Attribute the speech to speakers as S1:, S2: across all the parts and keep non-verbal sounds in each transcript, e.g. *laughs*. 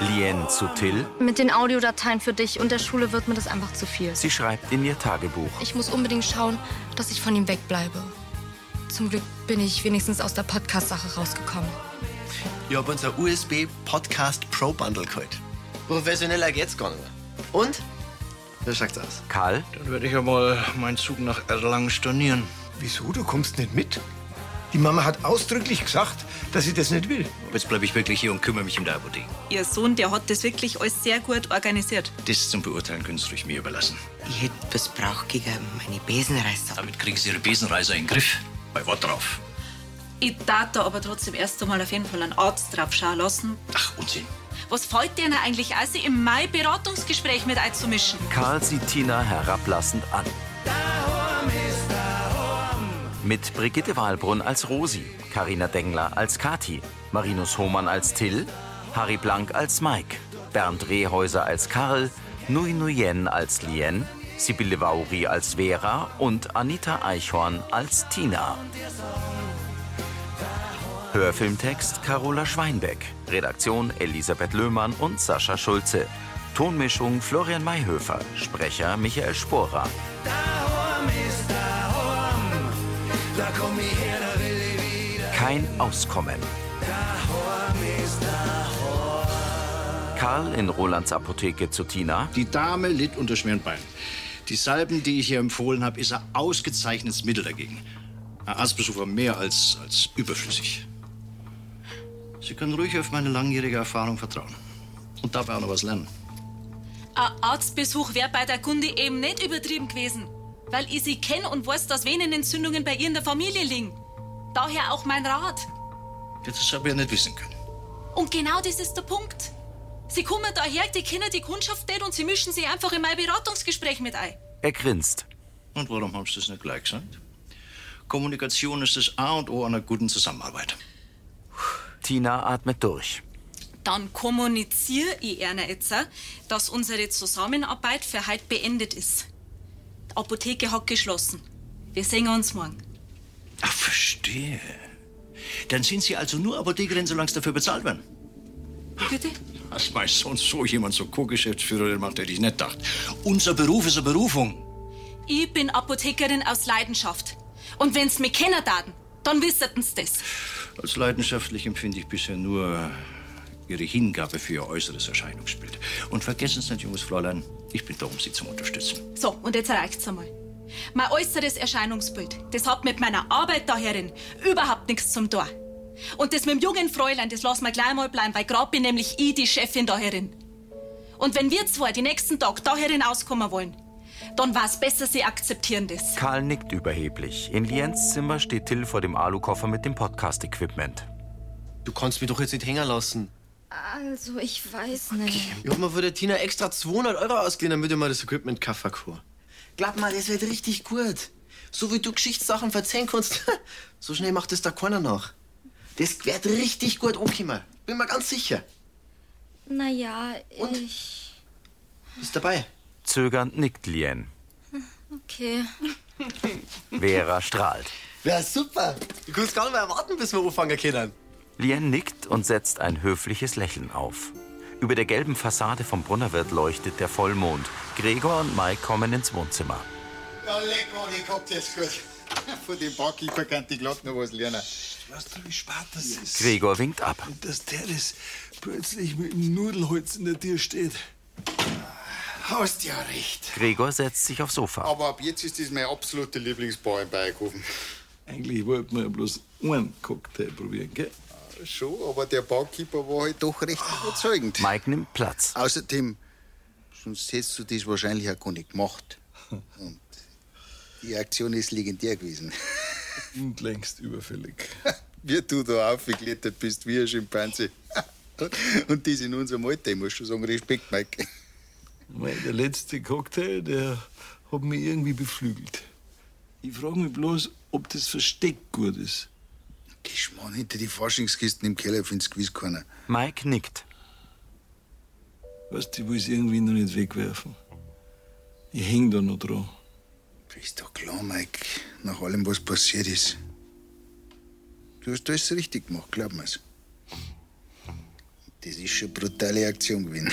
S1: Lien zu Till.
S2: Mit den Audiodateien für dich und der Schule wird mir das einfach zu viel.
S1: Sie schreibt in ihr Tagebuch.
S2: Ich muss unbedingt schauen, dass ich von ihm wegbleibe. Zum Glück bin ich wenigstens aus der Podcast-Sache rausgekommen.
S3: Ich hab uns ein USB Podcast Pro Bundle geholt. Professioneller geht's gar nicht mehr. Und? Da schaut's aus.
S1: Karl,
S4: Dann werde ich ja mal meinen Zug nach Erlangen stornieren.
S5: Wieso, du kommst nicht mit? Die Mama hat ausdrücklich gesagt, dass sie das nicht will.
S6: Jetzt bleibe ich wirklich hier und kümmere mich um die Apotheke.
S7: Ihr Sohn, der hat das wirklich alles sehr gut organisiert.
S6: Das zum Beurteilen können Sie ruhig mir überlassen.
S8: Ich hätte was braucht gegen meine Besenreißer.
S6: Damit kriegen Sie Ihre Besenreiser in den Griff. Bei Wort drauf.
S7: Ich darf da aber trotzdem erst einmal auf jeden Fall einen Arzt drauf schauen lassen.
S6: Ach, Unsinn.
S7: Was fällt dir denn eigentlich aus, sich in mein Beratungsgespräch mit einzumischen?
S1: Karl sieht Tina herablassend an. Mit Brigitte Wahlbrunn als Rosi, Karina Dengler als Kati, Marinus Hohmann als Till, Harry Blank als Mike, Bernd Rehäuser als Karl, Nui Nuyen als Lien, Sibylle Vauri als Vera und Anita Eichhorn als Tina. Hörfilmtext Carola Schweinbeck. Redaktion Elisabeth Löhmann und Sascha Schulze. Tonmischung Florian Mayhöfer. Sprecher Michael Sporer. Kein Auskommen. Karl in Rolands Apotheke zu Tina.
S6: Die Dame litt unter schweren Beinen. Die Salben, die ich ihr empfohlen habe, ist ein ausgezeichnetes Mittel dagegen. Ein Arztbesuch war mehr als, als überflüssig. Sie können ruhig auf meine langjährige Erfahrung vertrauen. Und dabei auch noch was lernen.
S7: Ein Arztbesuch wäre bei der Kunde eben nicht übertrieben gewesen, weil ich sie kenne und weiß, dass Venenentzündungen bei ihr in der Familie liegen. Daher auch mein Rat.
S6: Ja, Das habe ich ja nicht wissen können.
S7: Und genau das ist der Punkt. Sie kommen daher, die Kinder die Kundschaft nicht und sie mischen sie einfach in mein Beratungsgespräch mit ein.
S1: Er grinst.
S6: Und warum haben Sie das nicht gleich gesagt? Kommunikation ist das A und O einer guten Zusammenarbeit.
S1: Tina atmet durch.
S7: Dann kommuniziere ich einer jetzt, dass unsere Zusammenarbeit für heute beendet ist. Die Apotheke hat geschlossen. Wir sehen uns morgen.
S6: Ach, verstehe. Dann sind Sie also nur Apothekerin, solange Sie dafür bezahlt werden.
S7: Bitte?
S6: Was weiß sonst so jemand, so Co-Geschäftsführerin macht, hätte ich nicht gedacht. Unser Beruf ist eine Berufung.
S7: Ich bin Apothekerin aus Leidenschaft. Und wenn's mir kennen taten, dann wissen's das.
S6: Als leidenschaftlich empfinde ich bisher nur Ihre Hingabe für Ihr äußeres Erscheinungsbild. Und vergessen Sie nicht, junges Fräulein, ich bin da, um Sie zu unterstützen.
S7: So, und jetzt reicht's einmal. Mein äußeres Erscheinungsbild, das hat mit meiner Arbeit daherin überhaupt nichts zum Tor. Und das mit dem jungen Fräulein, das lassen wir gleich mal bleiben, weil grad bin nämlich ich die Chefin daherin. Und wenn wir zwei die nächsten Tag daherin auskommen wollen, dann war's besser, sie akzeptieren das.
S1: Karl nickt überheblich. In Liens Zimmer steht Till vor dem Alukoffer mit dem Podcast-Equipment.
S3: Du kannst mich doch jetzt nicht hängen lassen.
S2: Also, ich weiß nicht.
S3: Ich hab mir von der Tina extra 200 Euro ausgeliehen, damit ich mir das Equipment kaufen kann. Glaub mal, das wird richtig gut. So wie du Geschichtssachen verzeihen kannst, *laughs* so schnell macht das da keiner nach. Das wird richtig gut ankommen. Bin mir ganz sicher.
S2: Naja,
S3: Und?
S2: ich.
S3: Bist dabei?
S1: Zögernd nickt Lien.
S2: Okay.
S1: Vera strahlt.
S3: Wär super. Du kannst gar nicht mehr warten, bis wir anfangen können.
S1: Lien nickt und setzt ein höfliches Lächeln auf. Über der gelben Fassade vom Brunnerwirt leuchtet der Vollmond. Gregor und Mike kommen ins Wohnzimmer.
S9: Ja, leck mal, ich hab das gut. Von dem Barkeeper kann die glatt noch was lernen.
S5: Weißt du, wie spät das ist?
S1: Gregor winkt ab.
S5: Und dass der das plötzlich mit dem Nudelholz in der Tür steht.
S9: Hast ja recht.
S1: Gregor setzt sich aufs Sofa.
S9: Aber ab jetzt ist das mein absoluter Lieblingsbar in Bayerkofen.
S5: Eigentlich wollten wir ja bloß einen Cocktail probieren, gell?
S9: Äh, Schon, aber der Barkeeper war halt doch recht überzeugend.
S1: Mike nimmt Platz.
S9: Außerdem, sonst hättest du das wahrscheinlich auch gar nicht gemacht. Und die Aktion ist legendär gewesen.
S5: Und längst überfällig.
S9: Wie du da aufgeklettert bist, wie ein Schimpanse. *laughs* Und das in unserem Alter, ich muss schon sagen, Respekt, Mike.
S5: Weil der letzte Cocktail, der hat mich irgendwie beflügelt. Ich frage mich bloß, ob das Versteck gut ist.
S9: Die Schmarrn hinter die Forschungskisten im Keller find's gewiss keiner.
S1: Mike nickt.
S5: Weißt du, ich will es irgendwie noch nicht wegwerfen. Ich häng da noch dran.
S9: Ist doch klar, Mike. Nach allem, was passiert ist. Du hast alles richtig gemacht, glaub mir's. Das ist schon eine brutale Aktion gewesen.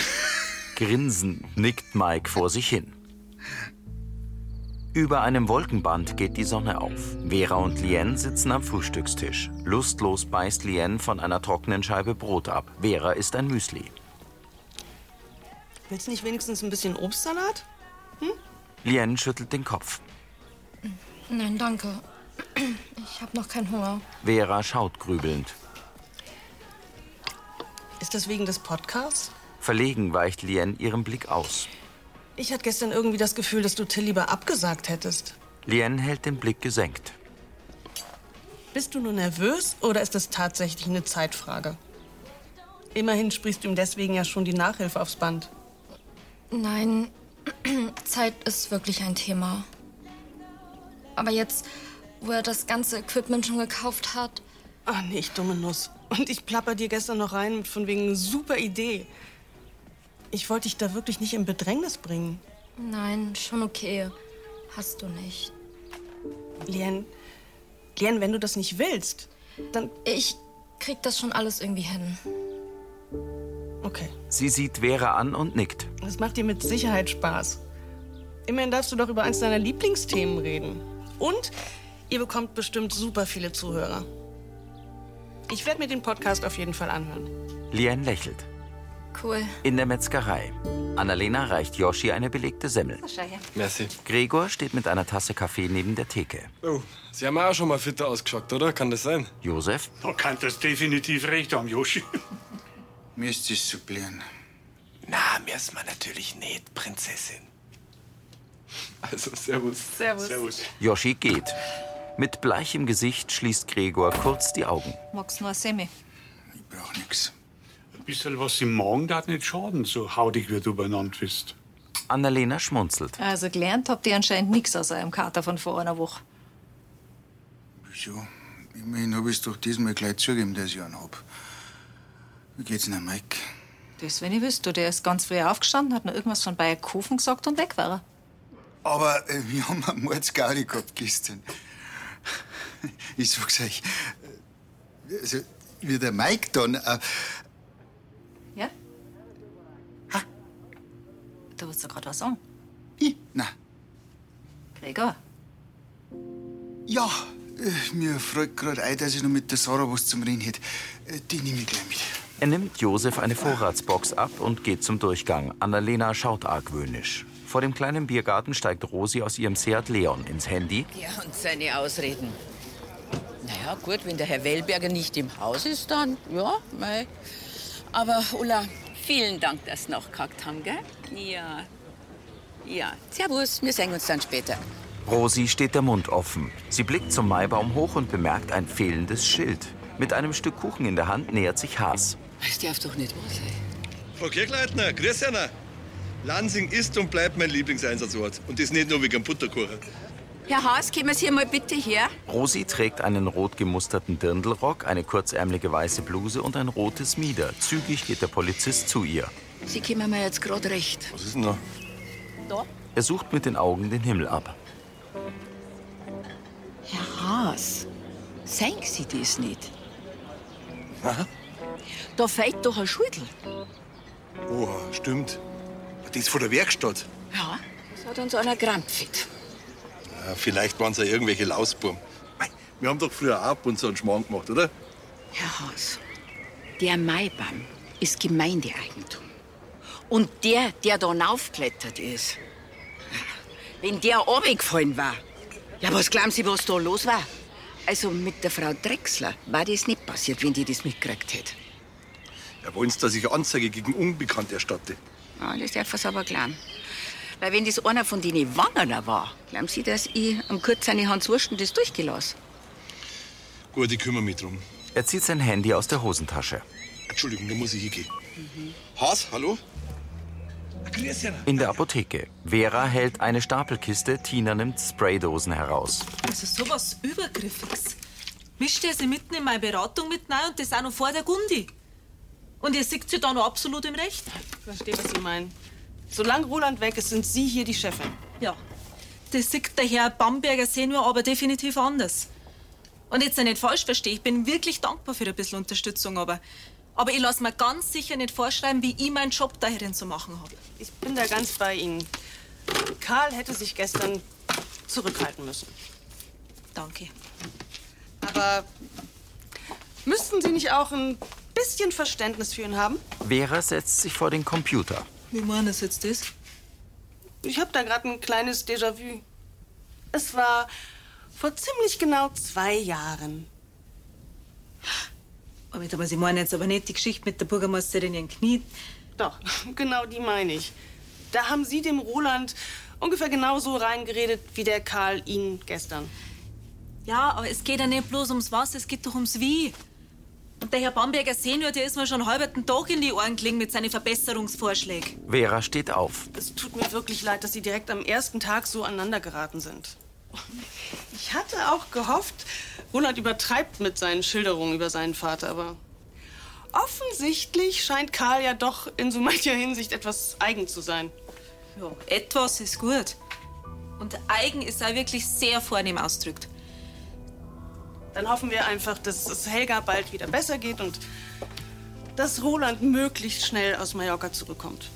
S1: Grinsend nickt Mike vor sich hin. Über einem Wolkenband geht die Sonne auf. Vera und Lien sitzen am Frühstückstisch. Lustlos beißt Lien von einer trockenen Scheibe Brot ab. Vera isst ein Müsli.
S10: Willst du nicht wenigstens ein bisschen Obstsalat?
S1: Lien schüttelt den Kopf.
S2: Nein, danke. Ich habe noch keinen Hunger.
S1: Vera schaut grübelnd.
S10: Ist das wegen des Podcasts?
S1: Verlegen weicht Lien ihrem Blick aus.
S10: Ich hatte gestern irgendwie das Gefühl, dass du Till lieber abgesagt hättest.
S1: Lien hält den Blick gesenkt.
S10: Bist du nur nervös oder ist das tatsächlich eine Zeitfrage? Immerhin sprichst du ihm deswegen ja schon die Nachhilfe aufs Band.
S2: Nein, *clears throat* Zeit ist wirklich ein Thema. Aber jetzt, wo er das ganze Equipment schon gekauft hat,
S10: Ach nee, ich dumme Nuss. Und ich plapper dir gestern noch rein mit von wegen super Idee. Ich wollte dich da wirklich nicht in Bedrängnis bringen.
S2: nein, schon okay. Hast du nicht.
S10: Lien, Lien, wenn du das nicht willst, dann...
S2: Ich krieg das schon alles irgendwie hin.
S10: Okay,
S1: Sie sieht Vera an und nickt.
S10: das macht dir mit Sicherheit Spaß. Immerhin darfst du doch über eins deiner Lieblingsthemen reden. Und ihr bekommt bestimmt super viele Zuhörer. Ich werde mir den Podcast auf jeden Fall anhören.
S1: Lien lächelt.
S2: Cool.
S1: In der Metzgerei. Annalena reicht Yoshi eine belegte Semmel.
S7: Schau her.
S11: Merci.
S1: Gregor steht mit einer Tasse Kaffee neben der Theke.
S11: Oh, Sie haben auch schon mal fitter ausgeschaut, oder? Kann das sein?
S1: Josef?
S12: Da kann das definitiv recht haben, Joschi.
S9: *laughs* Müsst ihr supplieren.
S11: Na, mir ist man natürlich nicht, Prinzessin. Also, servus.
S7: Servus.
S11: Servus.
S1: Yoshi geht. Mit bleichem Gesicht schließt Gregor kurz die Augen.
S7: Magst nur eine Semmel?
S12: Ein bisschen was im Magen darf nicht schaden, so haudig wie du beieinander bist.
S1: Annalena schmunzelt.
S13: Also gelernt habt ihr anscheinend nichts aus eurem Kater von vor einer Woche.
S9: Wieso? Immerhin habe ich es doch diesmal gleich zugegeben, dass ich einen hab. Wie geht's denn, Mike?
S13: Das, wenn ich wüsste, der ist ganz früh aufgestanden, hat noch irgendwas von Bayerkofen gesagt und weg war er.
S9: Aber äh, *laughs* wir haben einen Mordsgaudi gehabt gestern. *laughs* Ich sag's euch. äh, Also, wie der Mike dann. Äh,
S13: Ja? Du wolltest doch gerade was sagen.
S9: na,
S13: Gregor,
S9: ja, äh, mir freut gerade ein, dass ich noch mit der Sarah was zum Reden hätte. Äh, die nehme ich gleich mit.
S1: Er nimmt Josef eine Vorratsbox ab und geht zum Durchgang. Annalena schaut argwöhnisch. Vor dem kleinen Biergarten steigt Rosi aus ihrem Seat Leon ins Handy.
S14: Ja, und seine Ausreden. Naja, gut, wenn der Herr Wellberger nicht im Haus ist, dann ja, mei. Aber Ulla, vielen Dank, dass Sie nachgehakt haben, gell? Ja. Ja, servus, wir sehen uns dann später.
S1: Rosi steht der Mund offen. Sie blickt zum Maibaum hoch und bemerkt ein fehlendes Schild. Mit einem Stück Kuchen in der Hand nähert sich Haas.
S14: Das darf doch nicht wahr sein.
S15: Frau Kirchleitner, grüß Anna. Lansing ist und bleibt mein Lieblingseinsatzort. Und das nicht nur wegen dem Butterkuchen.
S16: Herr Haas, kommen Sie hier mal bitte her.
S1: Rosi trägt einen rot gemusterten Dirndlrock, eine kurzärmelige weiße Bluse und ein rotes Mieder. Zügig geht der Polizist zu ihr.
S16: Sie kommen mir jetzt gerade recht.
S14: Also-
S1: Was ist denn da?
S16: Da?
S1: Er sucht mit den Augen den Himmel ab.
S14: Herr Haas, sehen Sie das nicht? Da fehlt doch ein Schüttel.
S15: Oh, stimmt. Die ist vor der Werkstatt.
S14: Ja, das hat uns einer gerampft.
S15: Ja, vielleicht waren es ja irgendwelche Lausbuben. Mei, Wir haben doch früher auch ab und so einen Schmarrn gemacht, oder?
S14: Herr Haas, der Maibaum ist Gemeindeeigentum. Und der, der da raufgeklettert ist, wenn der runtergefallen war, ja, was glauben Sie, was da los war? Also mit der Frau Drechsler war das nicht passiert, wenn die das mitgekriegt hätte.
S15: Ja, wollen Sie, dass ich Anzeige gegen Unbekannt erstatte?
S14: Ah, das darf es aber glauben. Weil wenn das einer von den Wangener war, glauben Sie, dass ich am kurz seine Hanswursten das durchgelassen?
S15: Gut, ich kümmere mich drum.
S1: Er zieht sein Handy aus der Hosentasche.
S15: Entschuldigung, da muss ich hingehen. Haas, hallo? Ah, Grüß Anna.
S1: In der Apotheke. Vera hält eine Stapelkiste, Tina nimmt Spraydosen heraus.
S7: Das ist Also sowas Übergriffiges. Mischt ihr sie mitten in meine Beratung mit rein und das auch noch vor der Gundi. Und ihr seht sie da noch absolut im Recht.
S10: Ich verstehe, was Sie meinen. Solange Roland weg ist, sind Sie hier die Chefin.
S7: Ja, das sieht der Herr Bamberger Senior aber definitiv anders. Und jetzt nicht falsch verstehe, ich bin wirklich dankbar für ein bisschen Unterstützung, aber Aber ich lasse mir ganz sicher nicht vorschreiben, wie ich meinen Job daherin zu machen habe.
S10: Ich bin da ganz bei Ihnen. Karl hätte sich gestern zurückhalten müssen.
S7: Danke.
S10: Aber müssten Sie nicht auch ein bisschen Verständnis für ihn haben?
S1: Vera setzt sich vor den Computer.
S10: Wie meinen es jetzt das? Ich habe da gerade ein kleines Déjà-vu. Es war vor ziemlich genau zwei Jahren.
S7: Oh, Moment einmal, Sie meinen jetzt aber nicht die Geschichte mit der Bürgermeisterin in Knie.
S10: Doch, *laughs* genau die meine ich. Da haben Sie dem Roland ungefähr genauso reingeredet wie der Karl Ihnen gestern.
S7: Ja, aber es geht ja nicht bloß ums Was, es geht doch ums Wie. Und der Herr Bamberger Senior, der ist mir schon einen halben Tag in die Ohren gelegen mit seinen Verbesserungsvorschlägen.
S1: Vera steht auf.
S10: Es tut mir wirklich leid, dass Sie direkt am ersten Tag so aneinander geraten sind. Ich hatte auch gehofft, Roland übertreibt mit seinen Schilderungen über seinen Vater, aber offensichtlich scheint Karl ja doch in so mancher Hinsicht etwas eigen zu sein.
S7: Ja, etwas ist gut. Und eigen ist auch wirklich sehr vornehm ausgedrückt.
S10: Dann hoffen wir einfach, dass es Helga bald wieder besser geht und dass Roland möglichst schnell aus Mallorca zurückkommt.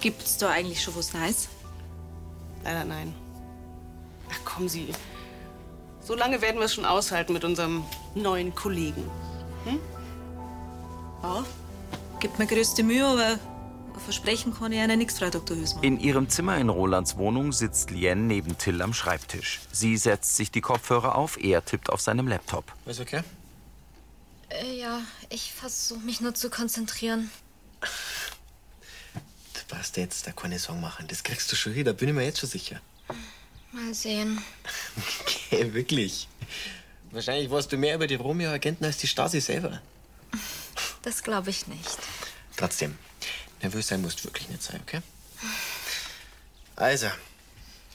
S7: Gibt's da eigentlich schon was Neues?
S10: Leider nein. Ach, kommen Sie. So lange werden wir es schon aushalten mit unserem neuen Kollegen.
S7: Ja, gibt mir größte Mühe, aber versprechen kann ich Ihnen nichts, Frau Dr. Hülsmann.
S1: In ihrem Zimmer in Rolands Wohnung sitzt Lien neben Till am Schreibtisch. Sie setzt sich die Kopfhörer auf, er tippt auf seinem Laptop.
S3: Ist okay?
S2: Äh, ja, ich versuche mich nur zu konzentrieren.
S3: Du brauchst dir jetzt da keine Sorgen machen. Das kriegst du schon hin, da bin ich mir jetzt schon sicher.
S2: Mal sehen.
S3: Hey, wirklich. Wahrscheinlich weißt du mehr über die Romeo-Agenten als die Stasi selber.
S2: Das glaube ich nicht.
S3: Trotzdem, nervös sein musst du wirklich nicht sein, okay? Also,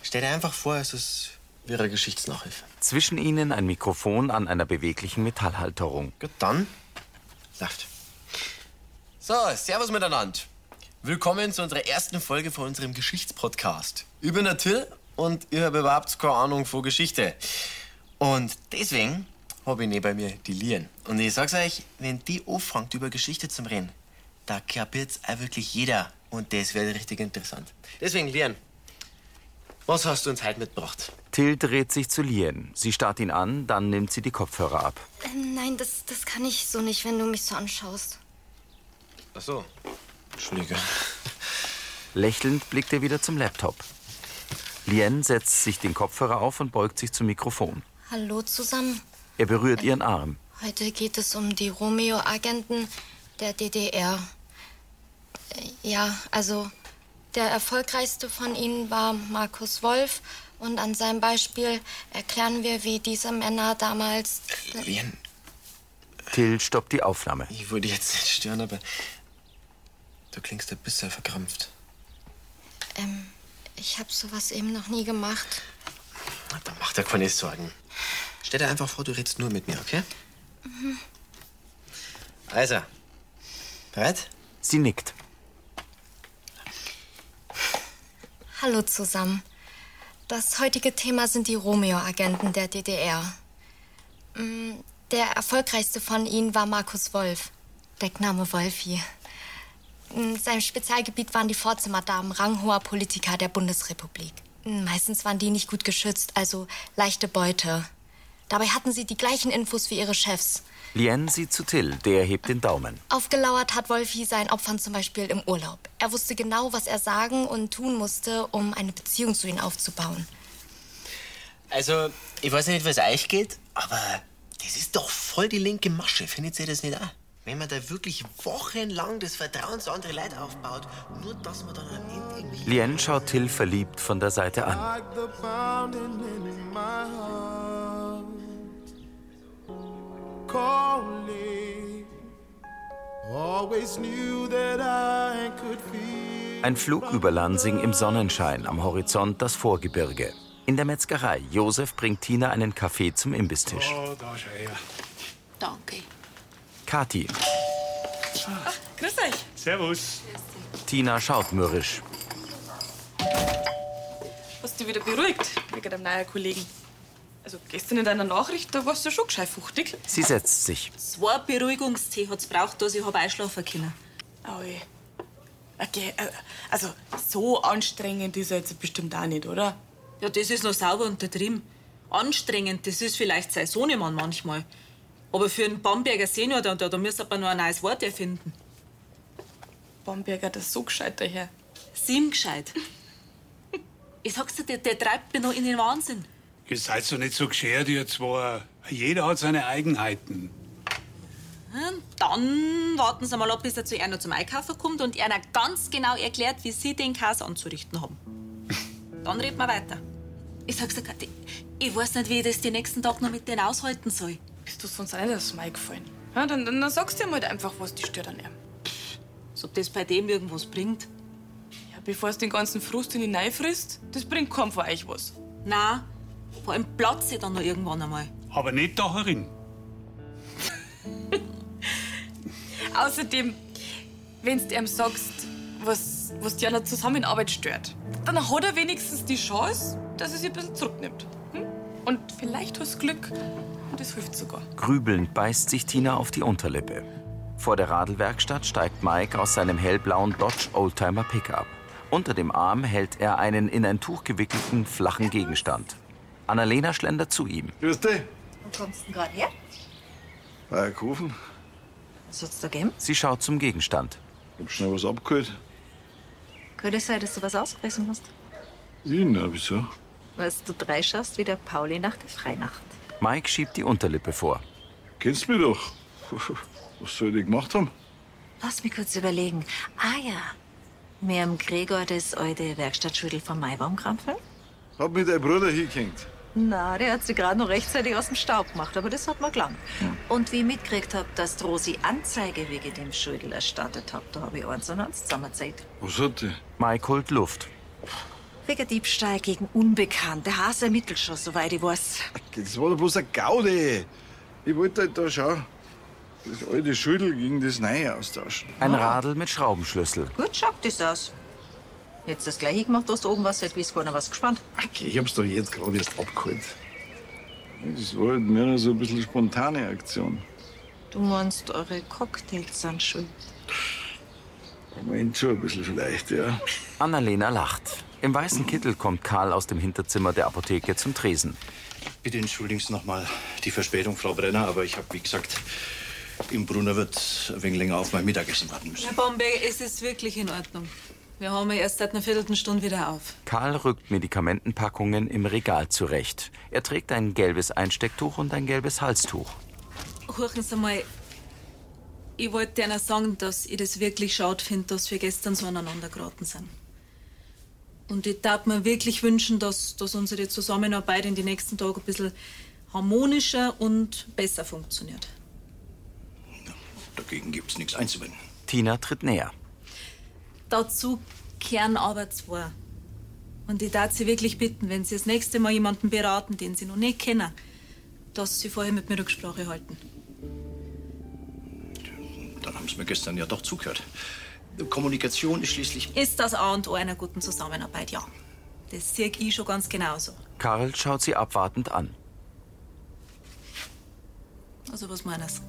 S3: stell dir einfach vor, es ist wäre Geschichtsnachhilfe.
S1: Zwischen ihnen ein Mikrofon an einer beweglichen Metallhalterung.
S3: Gut, dann. Saft. So, servus miteinander. Willkommen zu unserer ersten Folge von unserem Geschichtspodcast. Ich bin der Till und ihr habt überhaupt keine Ahnung von Geschichte. Und deswegen habe ich neben mir die Lien. Und ich sag's euch, wenn die anfängt, über Geschichte zu reden, da kapiert's auch wirklich jeder. Und das wird richtig interessant. Deswegen, Lien, was hast du uns heute mitgebracht?
S1: Till dreht sich zu Lien. Sie starrt ihn an, dann nimmt sie die Kopfhörer ab.
S2: Ähm, nein, das, das kann ich so nicht, wenn du mich so anschaust.
S3: Ach so. Entschuldige.
S1: Lächelnd blickt er wieder zum Laptop. Lien setzt sich den Kopfhörer auf und beugt sich zum Mikrofon.
S2: Hallo zusammen.
S1: Er berührt ihren Arm.
S2: Heute geht es um die Romeo-Agenten der DDR. Äh, Ja, also der erfolgreichste von ihnen war Markus Wolf. Und an seinem Beispiel erklären wir, wie diese Männer damals.
S3: Lien,
S1: Till stoppt die Aufnahme.
S3: ich wollte jetzt nicht stören, aber du klingst ein bisschen verkrampft.
S2: Ähm, ich habe sowas eben noch nie gemacht.
S3: Mach dir keine Sorgen. Stell dir einfach vor, du redest nur mit mir, okay?
S2: Mhm.
S3: Also, bereit?
S1: Sie nickt.
S2: Hallo zusammen. Das heutige Thema sind die Romeo-Agenten der DDR. Mm, Der erfolgreichste von ihnen war Markus Wolf, Deckname Wolfi. Mm, Sein Spezialgebiet waren die Vorzimmerdamen ranghoher Politiker der Bundesrepublik. Mm, Meistens waren die nicht gut geschützt, also leichte Beute. Dabei hatten sie die gleichen Infos wie ihre Chefs.
S1: Lien sieht zu Till, der hebt den Daumen.
S2: Aufgelauert hat Wolfi seinen Opfern zum Beispiel im Urlaub. Er wusste genau, was er sagen und tun musste, um eine Beziehung zu ihnen aufzubauen.
S3: Also, ich weiß ja nicht, was euch geht, aber das ist doch voll die linke Masche. Findet ihr das nicht auch? Wenn man da wirklich wochenlang das Vertrauen zu anderen Leuten aufbaut, nur dass man dann am Ende irgendwie.
S1: Lien schaut Till verliebt von der Seite an.
S17: Like the pounding in my heart, calling. Always knew that I could feel.
S1: Ein Flug über Lansing im Sonnenschein, am Horizont das Vorgebirge. In der Metzgerei. Josef bringt Tina einen Kaffee zum Imbistisch.
S12: Oh, da ist er her.
S16: Danke.
S1: Kathi.
S12: Ah.
S16: Grüß euch.
S12: Servus.
S1: Tina schaut mürrisch.
S16: Hast du wieder beruhigt wegen dem neuen Kollegen? Also gestern in deiner Nachricht, da warst du schon gescheit fuchtig.
S1: Sie setzt sich.
S7: Zwei Beruhigungstee hat's braucht, dass ich hab einschlafen können.
S16: Aui. Okay, äh, also so anstrengend ist er jetzt bestimmt auch nicht, oder?
S7: Ja, das ist noch sauber untertrieben. Anstrengend, das ist vielleicht sein Sohnemann manchmal. Aber für einen Bamberger Senior, da, da, da müsste man noch ein neues Wort erfinden.
S16: Bamberger, das ist so gescheit daher. *laughs*
S7: Sim gescheit. ich sag's dir, der, der treibt mich noch in den Wahnsinn.
S12: Ihr seid doch nicht so geschert, ihr zwei. Jeder hat seine Eigenheiten.
S7: Hm, Dann warten Sie mal ab, bis er zu einer zum Einkaufen kommt und einer ganz genau erklärt, wie Sie den Käse anzurichten haben. Dann reden wir weiter. Ich sag's dir, Kathi, ich weiß nicht, wie ich das die nächsten Tage noch mit denen aushalten soll.
S16: Bist du sonst einer, das ist mir gefallen. Ja, dann, dann, dann sagst du ihm halt einfach, was die stört an ihm.
S7: Als ob das bei dem irgendwas bringt.
S16: Ja, bevor es den ganzen Frust in die Nei frisst, das bringt kaum von euch was.
S7: Na, vor allem platze ich dann noch irgendwann einmal.
S12: Aber nicht da herin.
S16: Außerdem, wenn du ihm sagst, was, was die an der Zusammenarbeit stört, dann hat er wenigstens die Chance, dass er sich ein bisschen zurücknimmt. Hm? Und vielleicht hast du Glück und das hilft sogar.
S1: Grübelnd beißt sich Tina auf die Unterlippe. Vor der Radlwerkstatt steigt Mike aus seinem hellblauen Dodge Oldtimer Pickup. Unter dem Arm hält er einen in ein Tuch gewickelten flachen Gegenstand. Annalena schlendert zu ihm.
S5: Grüß dich.
S18: Wo kommst du denn gerade her?
S5: Eierkuchen.
S18: Was hat's da gegeben?
S1: Sie schaut zum Gegenstand.
S5: Hab schnell was abgeholt.
S18: Könnte es sein, dass du was ausgerissen hast?
S5: Ich, na, wieso?
S18: Weil du drei schaust wie der Pauli nach der Freinacht.
S1: Mike schiebt die Unterlippe vor.
S5: Kennst mich doch. *laughs* Was soll ich gemacht haben?
S18: Lass mich kurz überlegen. Ah ja, mir am Gregor das alte Werkstattschüttel vom Maibaum krampfen?
S5: Hab mit deinem Bruder hingehängt.
S18: Na, der hat sie gerade noch rechtzeitig aus dem Staub gemacht, aber das hat mir gelangt. Und wie ich mitgekriegt hab, dass die Rosi Anzeige wegen dem Schulden erstattet hat, da hab ich eins und eins zusammengezählt.
S5: Was hat die?
S1: Mike holt Luft.
S18: Wegen Diebstahl gegen Unbekannte. Hase ermittelt schon, soweit ich weiß.
S5: Das war doch bloß ein Gaudi. Ich wollte halt da schauen. Das alte Schüttel gegen das Neue austauschen. Ah.
S1: Ein Radl mit Schraubenschlüssel.
S18: Gut, schaut das aus. Jetzt das gleiche gemacht, was da oben war, seit wie es keiner was gespannt.
S5: Okay, ich hab's doch jetzt gerade erst abgeholt. Das war halt mehr so ein bisschen spontane Aktion.
S18: Du meinst, eure Cocktails sind schuld.
S5: Moment schon ein bisschen vielleicht, ja.
S1: Annalena lacht. Im weißen Kittel kommt Karl aus dem Hinterzimmer der Apotheke zum Tresen.
S6: Bitte entschuldigen Sie nochmal die Verspätung, Frau Brenner, aber ich habe, wie gesagt, im Brunner wird ein wenig länger auf mein Mittagessen warten müssen.
S7: Herr Bombay, es ist wirklich in Ordnung. Wir haben ja erst seit einer Viertelstunde wieder auf.
S1: Karl rückt Medikamentenpackungen im Regal zurecht. Er trägt ein gelbes Einstecktuch und ein gelbes Halstuch.
S7: Hören Sie mal, ich wollte denen sagen, dass ich das wirklich schade finde, dass wir gestern so aneinander geraten sind. Und ich darf mir wirklich wünschen, dass, dass unsere Zusammenarbeit in den nächsten Tagen ein bisschen harmonischer und besser funktioniert.
S6: Dagegen gibt's nichts einzuwenden.
S1: Tina tritt näher.
S7: Dazu kehren aber zwei. Und ich darf Sie wirklich bitten, wenn Sie das nächste Mal jemanden beraten, den Sie noch nicht kennen, dass Sie vorher mit mir Rücksprache halten.
S6: Dann haben Sie mir gestern ja doch zugehört. Kommunikation ist schließlich.
S7: Ist das A und O einer guten Zusammenarbeit, ja. Das sehe ich schon ganz genauso.
S1: Karl schaut sie abwartend an.
S7: Also was meines?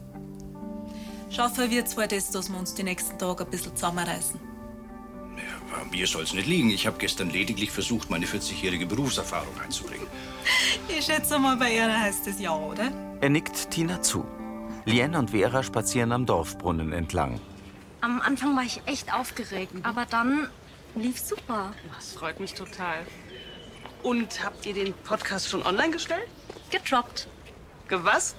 S7: Schaffen wir zwar das, dass wir uns die nächsten Tage ein bisschen zusammenreißen.
S6: Bei äh, mir soll's nicht liegen. Ich habe gestern lediglich versucht, meine 40-jährige Berufserfahrung einzubringen.
S7: Ich schätze mal, bei Ihnen heißt es ja, oder?
S1: Er nickt Tina zu. Lien und Vera spazieren am Dorfbrunnen entlang.
S19: Am Anfang war ich echt aufgeregt,
S10: Mhm.
S19: aber dann lief super.
S10: Das freut mich total. Und habt ihr den Podcast schon online gestellt?
S19: Gedroppt.
S10: Gewas?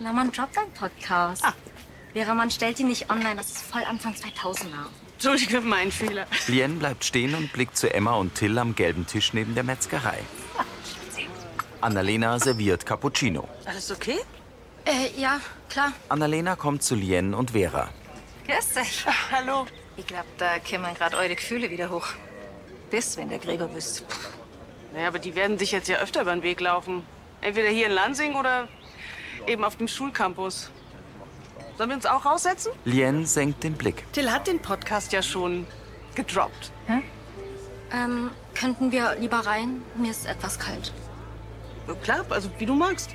S19: Na, man droppt einen Podcast.
S10: Ah.
S19: Wäre man stellt ihn nicht online, das ist voll Anfang 2000er.
S10: Entschuldige mein Fehler.
S1: Lien bleibt stehen und blickt zu Emma und Till am gelben Tisch neben der Metzgerei. Annalena serviert Cappuccino.
S10: Alles okay?
S19: Äh, ja, klar.
S1: Annalena kommt zu Lien und Vera.
S18: Grüß dich.
S19: Ah,
S10: Hallo.
S18: Ich glaub, da kämen gerade eure Gefühle wieder hoch. Das, wenn der Gregor wüsste.
S10: Naja, aber die werden sich jetzt ja öfter über den Weg laufen. Entweder hier in Lansing oder eben auf dem Schulcampus. Sollen wir uns auch raussetzen?
S1: Lien senkt den Blick.
S10: Till hat den Podcast ja schon gedroppt.
S19: Ähm, könnten wir lieber rein? Mir ist etwas kalt.
S10: Klar, also wie du magst.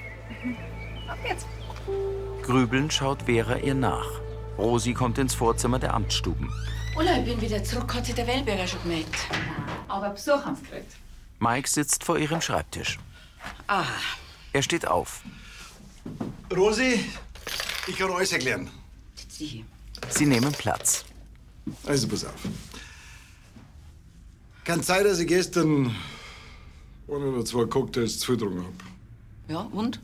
S18: Ab jetzt.
S1: Grübeln schaut Vera ihr nach. Rosi kommt ins Vorzimmer der Amtsstuben.
S20: Ulla, ich bin wieder zurück, hat sich der Wellberger schon gemeldet. Aber Besuch haben sie gekriegt.
S1: Mike sitzt vor ihrem Schreibtisch.
S20: Ah,
S1: Er steht auf.
S5: Rosi, ich kann alles erklären.
S14: Sie.
S1: Sie nehmen Platz.
S5: Also pass auf. Kann sein, dass ich gestern ein oder zwei Cocktails zugetrunken habe.
S14: Ja, und?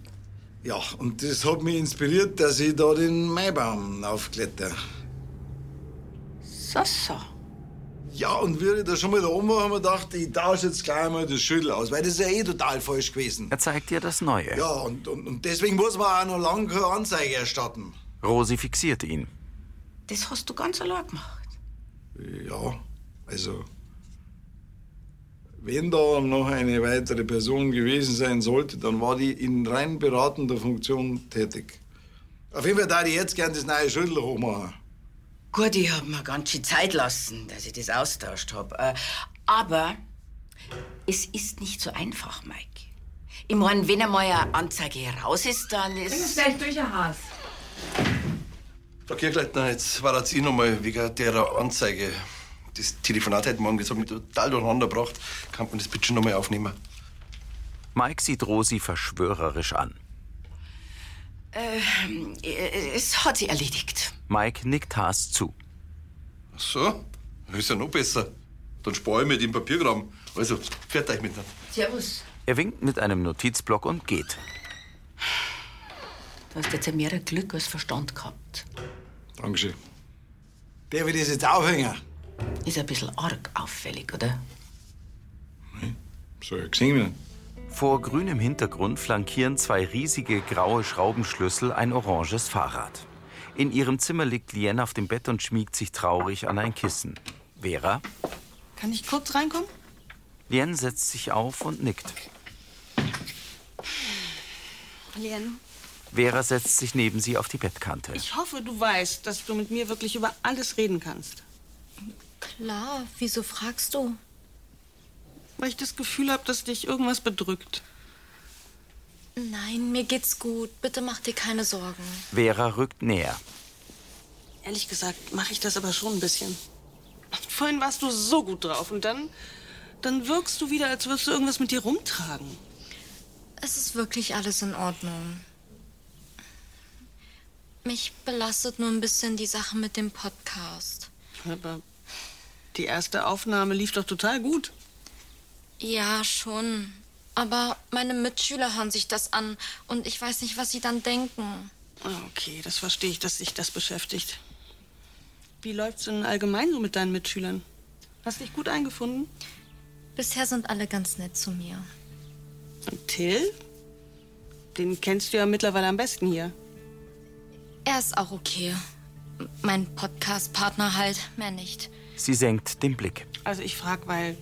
S5: Ja, und das hat mich inspiriert, dass ich da den Maibaum aufkletter.
S14: So, so.
S5: Ja, und wir da schon mal da oben waren, haben wir gedacht, ich tausche jetzt gleich mal das Schüttel aus, weil das ist ja eh total falsch gewesen.
S1: Er zeigt ihr das Neue.
S5: Ja, und, und, und deswegen muss man auch noch lange keine Anzeige erstatten.
S1: Rosi fixiert ihn.
S14: Das hast du ganz allein gemacht.
S5: Ja, also. Wenn da noch eine weitere Person gewesen sein sollte, dann war die in rein beratender Funktion tätig. Auf jeden Fall da ich jetzt gern das neue Schüttel hochmachen.
S14: Gut, ich hab mir ganz viel Zeit lassen, dass ich das austauscht hab. Äh, Aber es ist nicht so einfach, Mike. Ich mein, wenn einmal eine Anzeige raus ist, dann ist.
S20: Stell durch ein Haas.
S11: Frau Kirchleitner, jetzt war
S15: eh
S11: das ich nochmal wegen der Anzeige. Das Telefonat hätten wir morgen jetzt hab ich mich total durcheinander gebracht. Kann man das bitte schon nochmal aufnehmen?
S1: Mike sieht Rosi verschwörerisch an.
S14: Ähm, äh, es hat sich erledigt.
S1: Mike nickt Haas zu.
S11: Ach so, ist ja noch besser. Dann spare ich mir den Papiergramm. Also, fährt euch miteinander.
S14: Servus.
S1: Er winkt mit einem Notizblock und geht.
S14: Du hast jetzt mehr Glück als Verstand gehabt.
S5: Dankeschön. Der will das jetzt aufhängen.
S14: Ist ein bisschen arg auffällig, oder?
S5: So, gesehen wir.
S1: Vor grünem Hintergrund flankieren zwei riesige graue Schraubenschlüssel ein oranges Fahrrad. In ihrem Zimmer liegt Lien auf dem Bett und schmiegt sich traurig an ein Kissen. Vera?
S10: Kann ich kurz reinkommen?
S1: Lien setzt sich auf und nickt.
S10: Lien.
S1: Vera setzt sich neben sie auf die Bettkante.
S10: Ich hoffe, du weißt, dass du mit mir wirklich über alles reden kannst.
S2: Klar, wieso fragst du?
S10: Weil ich das Gefühl habe, dass dich irgendwas bedrückt.
S2: Nein, mir geht's gut. Bitte mach dir keine Sorgen.
S1: Vera rückt näher.
S10: Ehrlich gesagt, mache ich das aber schon ein bisschen. Vorhin warst du so gut drauf und dann, dann wirkst du wieder, als würdest du irgendwas mit dir rumtragen.
S2: Es ist wirklich alles in Ordnung. Mich belastet nur ein bisschen die Sache mit dem Podcast.
S10: Aber die erste Aufnahme lief doch total gut.
S2: Ja, schon. Aber meine Mitschüler hören sich das an und ich weiß nicht, was sie dann denken.
S10: Ah, Okay, das verstehe ich, dass dich das beschäftigt. Wie läuft's denn allgemein so mit deinen Mitschülern? Hast dich gut eingefunden?
S2: Bisher sind alle ganz nett zu mir.
S10: Und Till? Den kennst du ja mittlerweile am besten hier.
S2: Er ist auch okay. M- Mein Podcast-Partner halt, mehr nicht.
S1: Sie senkt den Blick.
S10: Also ich frag, weil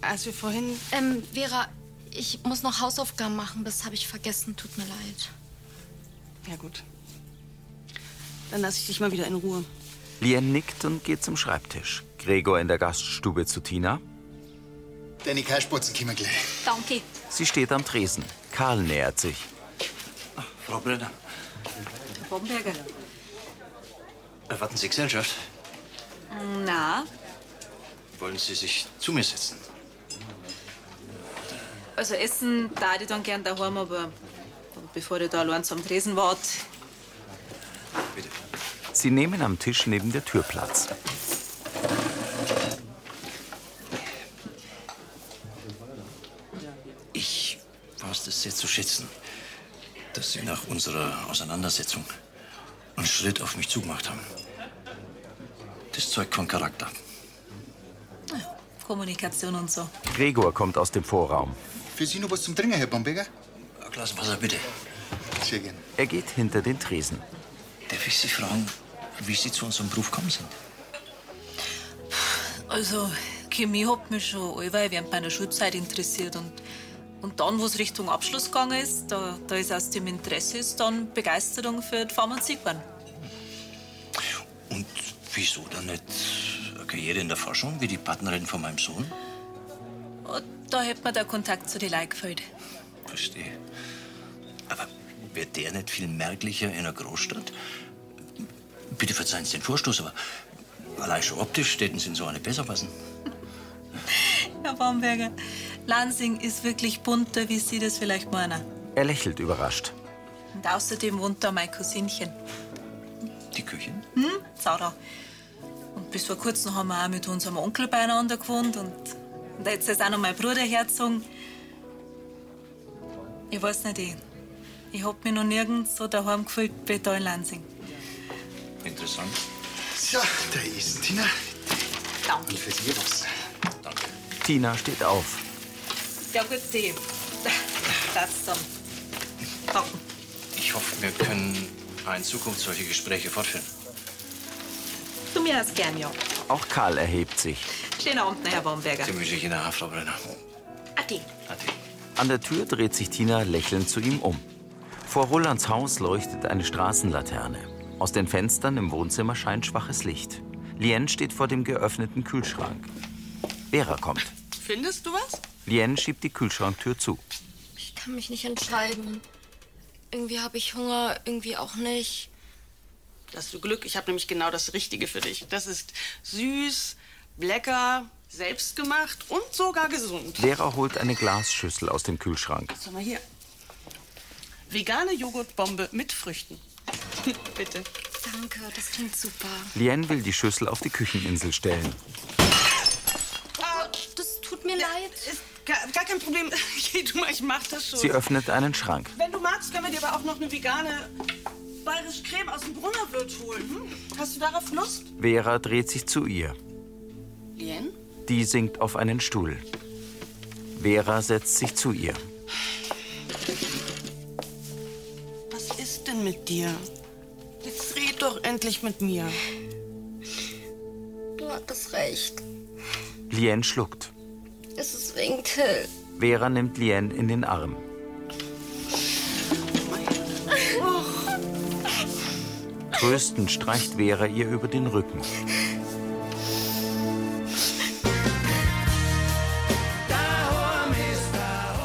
S10: als wir vorhin...
S2: Ähm, Vera, ich muss noch Hausaufgaben machen, das habe ich vergessen, tut mir leid.
S10: Ja gut. Dann lass ich dich mal wieder in Ruhe.
S1: Lien nickt und geht zum Schreibtisch. Gregor in der Gaststube zu Tina.
S9: Deine Karspotzen kommen gleich.
S20: Danke.
S1: Sie steht am Tresen. Karl nähert sich.
S6: Frau Brenner.
S7: Bomberger.
S6: Erwarten Sie Gesellschaft?
S7: Na,
S6: Wollen Sie sich zu mir setzen?
S7: also essen da ich dann gern daheim, aber bevor ich da allein zum Tresen wart.
S1: Sie nehmen am Tisch neben der Tür Platz.
S6: Ich weiß es sehr zu schätzen, dass Sie nach unserer Auseinandersetzung einen Schritt auf mich zugemacht haben. Das zeugt von Charakter.
S7: Kommunikation und so.
S1: Gregor kommt aus dem Vorraum.
S9: Für Sie noch was zum Trinken, Herr Bombeger?
S6: Ein Glas Wasser bitte.
S9: Sehr gern.
S1: Er geht hinter den Tresen.
S6: Darf ich Sie fragen, wie Sie zu unserem Beruf gekommen sind?
S7: Also, Chemie hat mich schon allweil während meiner Schulzeit interessiert. Und, und dann, wo es Richtung Abschluss gegangen ist, da, da ist aus dem Interesse ist dann Begeisterung für die Pharmazie geworden.
S6: Und wieso dann nicht eine Karriere in der Forschung, wie die Partnerin von meinem Sohn?
S7: Und da hat mir der Kontakt zu den Leuten gefällt.
S21: verstehe. Aber wird der nicht viel merklicher in einer Großstadt? Bitte verzeihen Sie den Vorstoß, aber allein schon optisch städten Sie in so eine besser passen.
S7: Herr Baumberger, Lansing ist wirklich bunter, wie Sie das vielleicht meinen.
S1: Er lächelt überrascht.
S7: Und außerdem wohnt da mein Cousinchen.
S21: Die Köchin?
S7: Hm, Sarah. Und bis vor kurzem haben wir auch mit unserem Onkel beieinander gewohnt. Und, und jetzt ist auch noch mein Bruder herzogen. Ich weiß nicht, ich, ich hab mich noch nirgends so daheim gefühlt wie da in Lansing.
S21: Interessant.
S9: So, da ist Tina. Danke. Und für Sie was.
S1: Tina steht auf.
S7: Ja, gut, die. Das dann. Packen.
S21: Ich hoffe, wir können in Zukunft solche Gespräche fortführen.
S7: Du mir das gern, ja.
S1: Auch Karl erhebt sich.
S7: Schönen Abend, noch, Herr Baumberger.
S21: Dem wünsche ich Ihnen auch, Frau Brenner.
S7: Ade.
S1: An der Tür dreht sich Tina lächelnd zu ihm um. Vor Rolands Haus leuchtet eine Straßenlaterne. Aus den Fenstern im Wohnzimmer scheint schwaches Licht. Lien steht vor dem geöffneten Kühlschrank. Vera kommt.
S10: Findest du was?
S1: Lien schiebt die Kühlschranktür zu.
S2: Ich kann mich nicht entscheiden. Irgendwie habe ich Hunger, irgendwie auch nicht.
S10: Da hast du Glück, ich habe nämlich genau das Richtige für dich. Das ist süß, lecker, selbstgemacht und sogar gesund.
S1: Vera holt eine Glasschüssel aus dem Kühlschrank.
S10: Schau mal hier. Vegane Joghurtbombe mit Früchten. *laughs* Bitte.
S2: Danke, das klingt super.
S1: Lien will die Schüssel auf die Kücheninsel stellen.
S10: das tut mir leid. Ah. Ist gar, gar kein Problem. *laughs* Geh du mal, ich mach das schon.
S1: Sie öffnet einen Schrank.
S10: Wenn du magst, können wir dir aber auch noch eine vegane bayerische Creme aus dem Brunnerwirt holen. Hm? Hast du darauf Lust?
S1: Vera dreht sich zu ihr.
S10: Lien?
S1: Die sinkt auf einen Stuhl. Vera setzt sich zu ihr.
S10: Was ist denn mit dir? Jetzt red doch endlich mit mir.
S2: Du hattest recht.
S1: Lien schluckt.
S2: Es ist wegen Till.
S1: Vera nimmt Lien in den Arm. Tröstend streicht Vera ihr über den Rücken.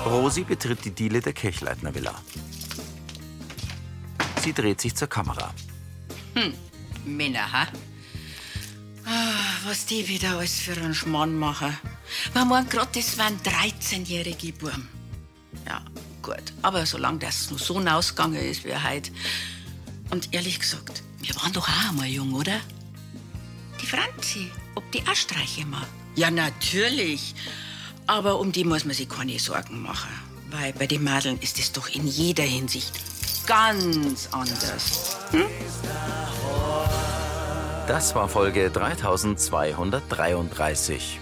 S1: Rosi betritt die Diele der Kirchleitner Villa. Sie dreht sich zur Kamera.
S14: Hm, Männer, ha? Ah, was die wieder alles für einen Schmarrn machen. Man meint grad, das waren 13-jährige Burm. Ja, gut. Aber solange das nur so ausgegangen ist wie heute. Und ehrlich gesagt, wir waren doch auch einmal jung, oder? Die Franzi, ob die auch Streiche mag. Ja, natürlich. Aber um die muss man sich keine Sorgen machen. Weil bei den Madeln ist es doch in jeder Hinsicht ganz anders. Hm?
S1: Das war Folge 3233.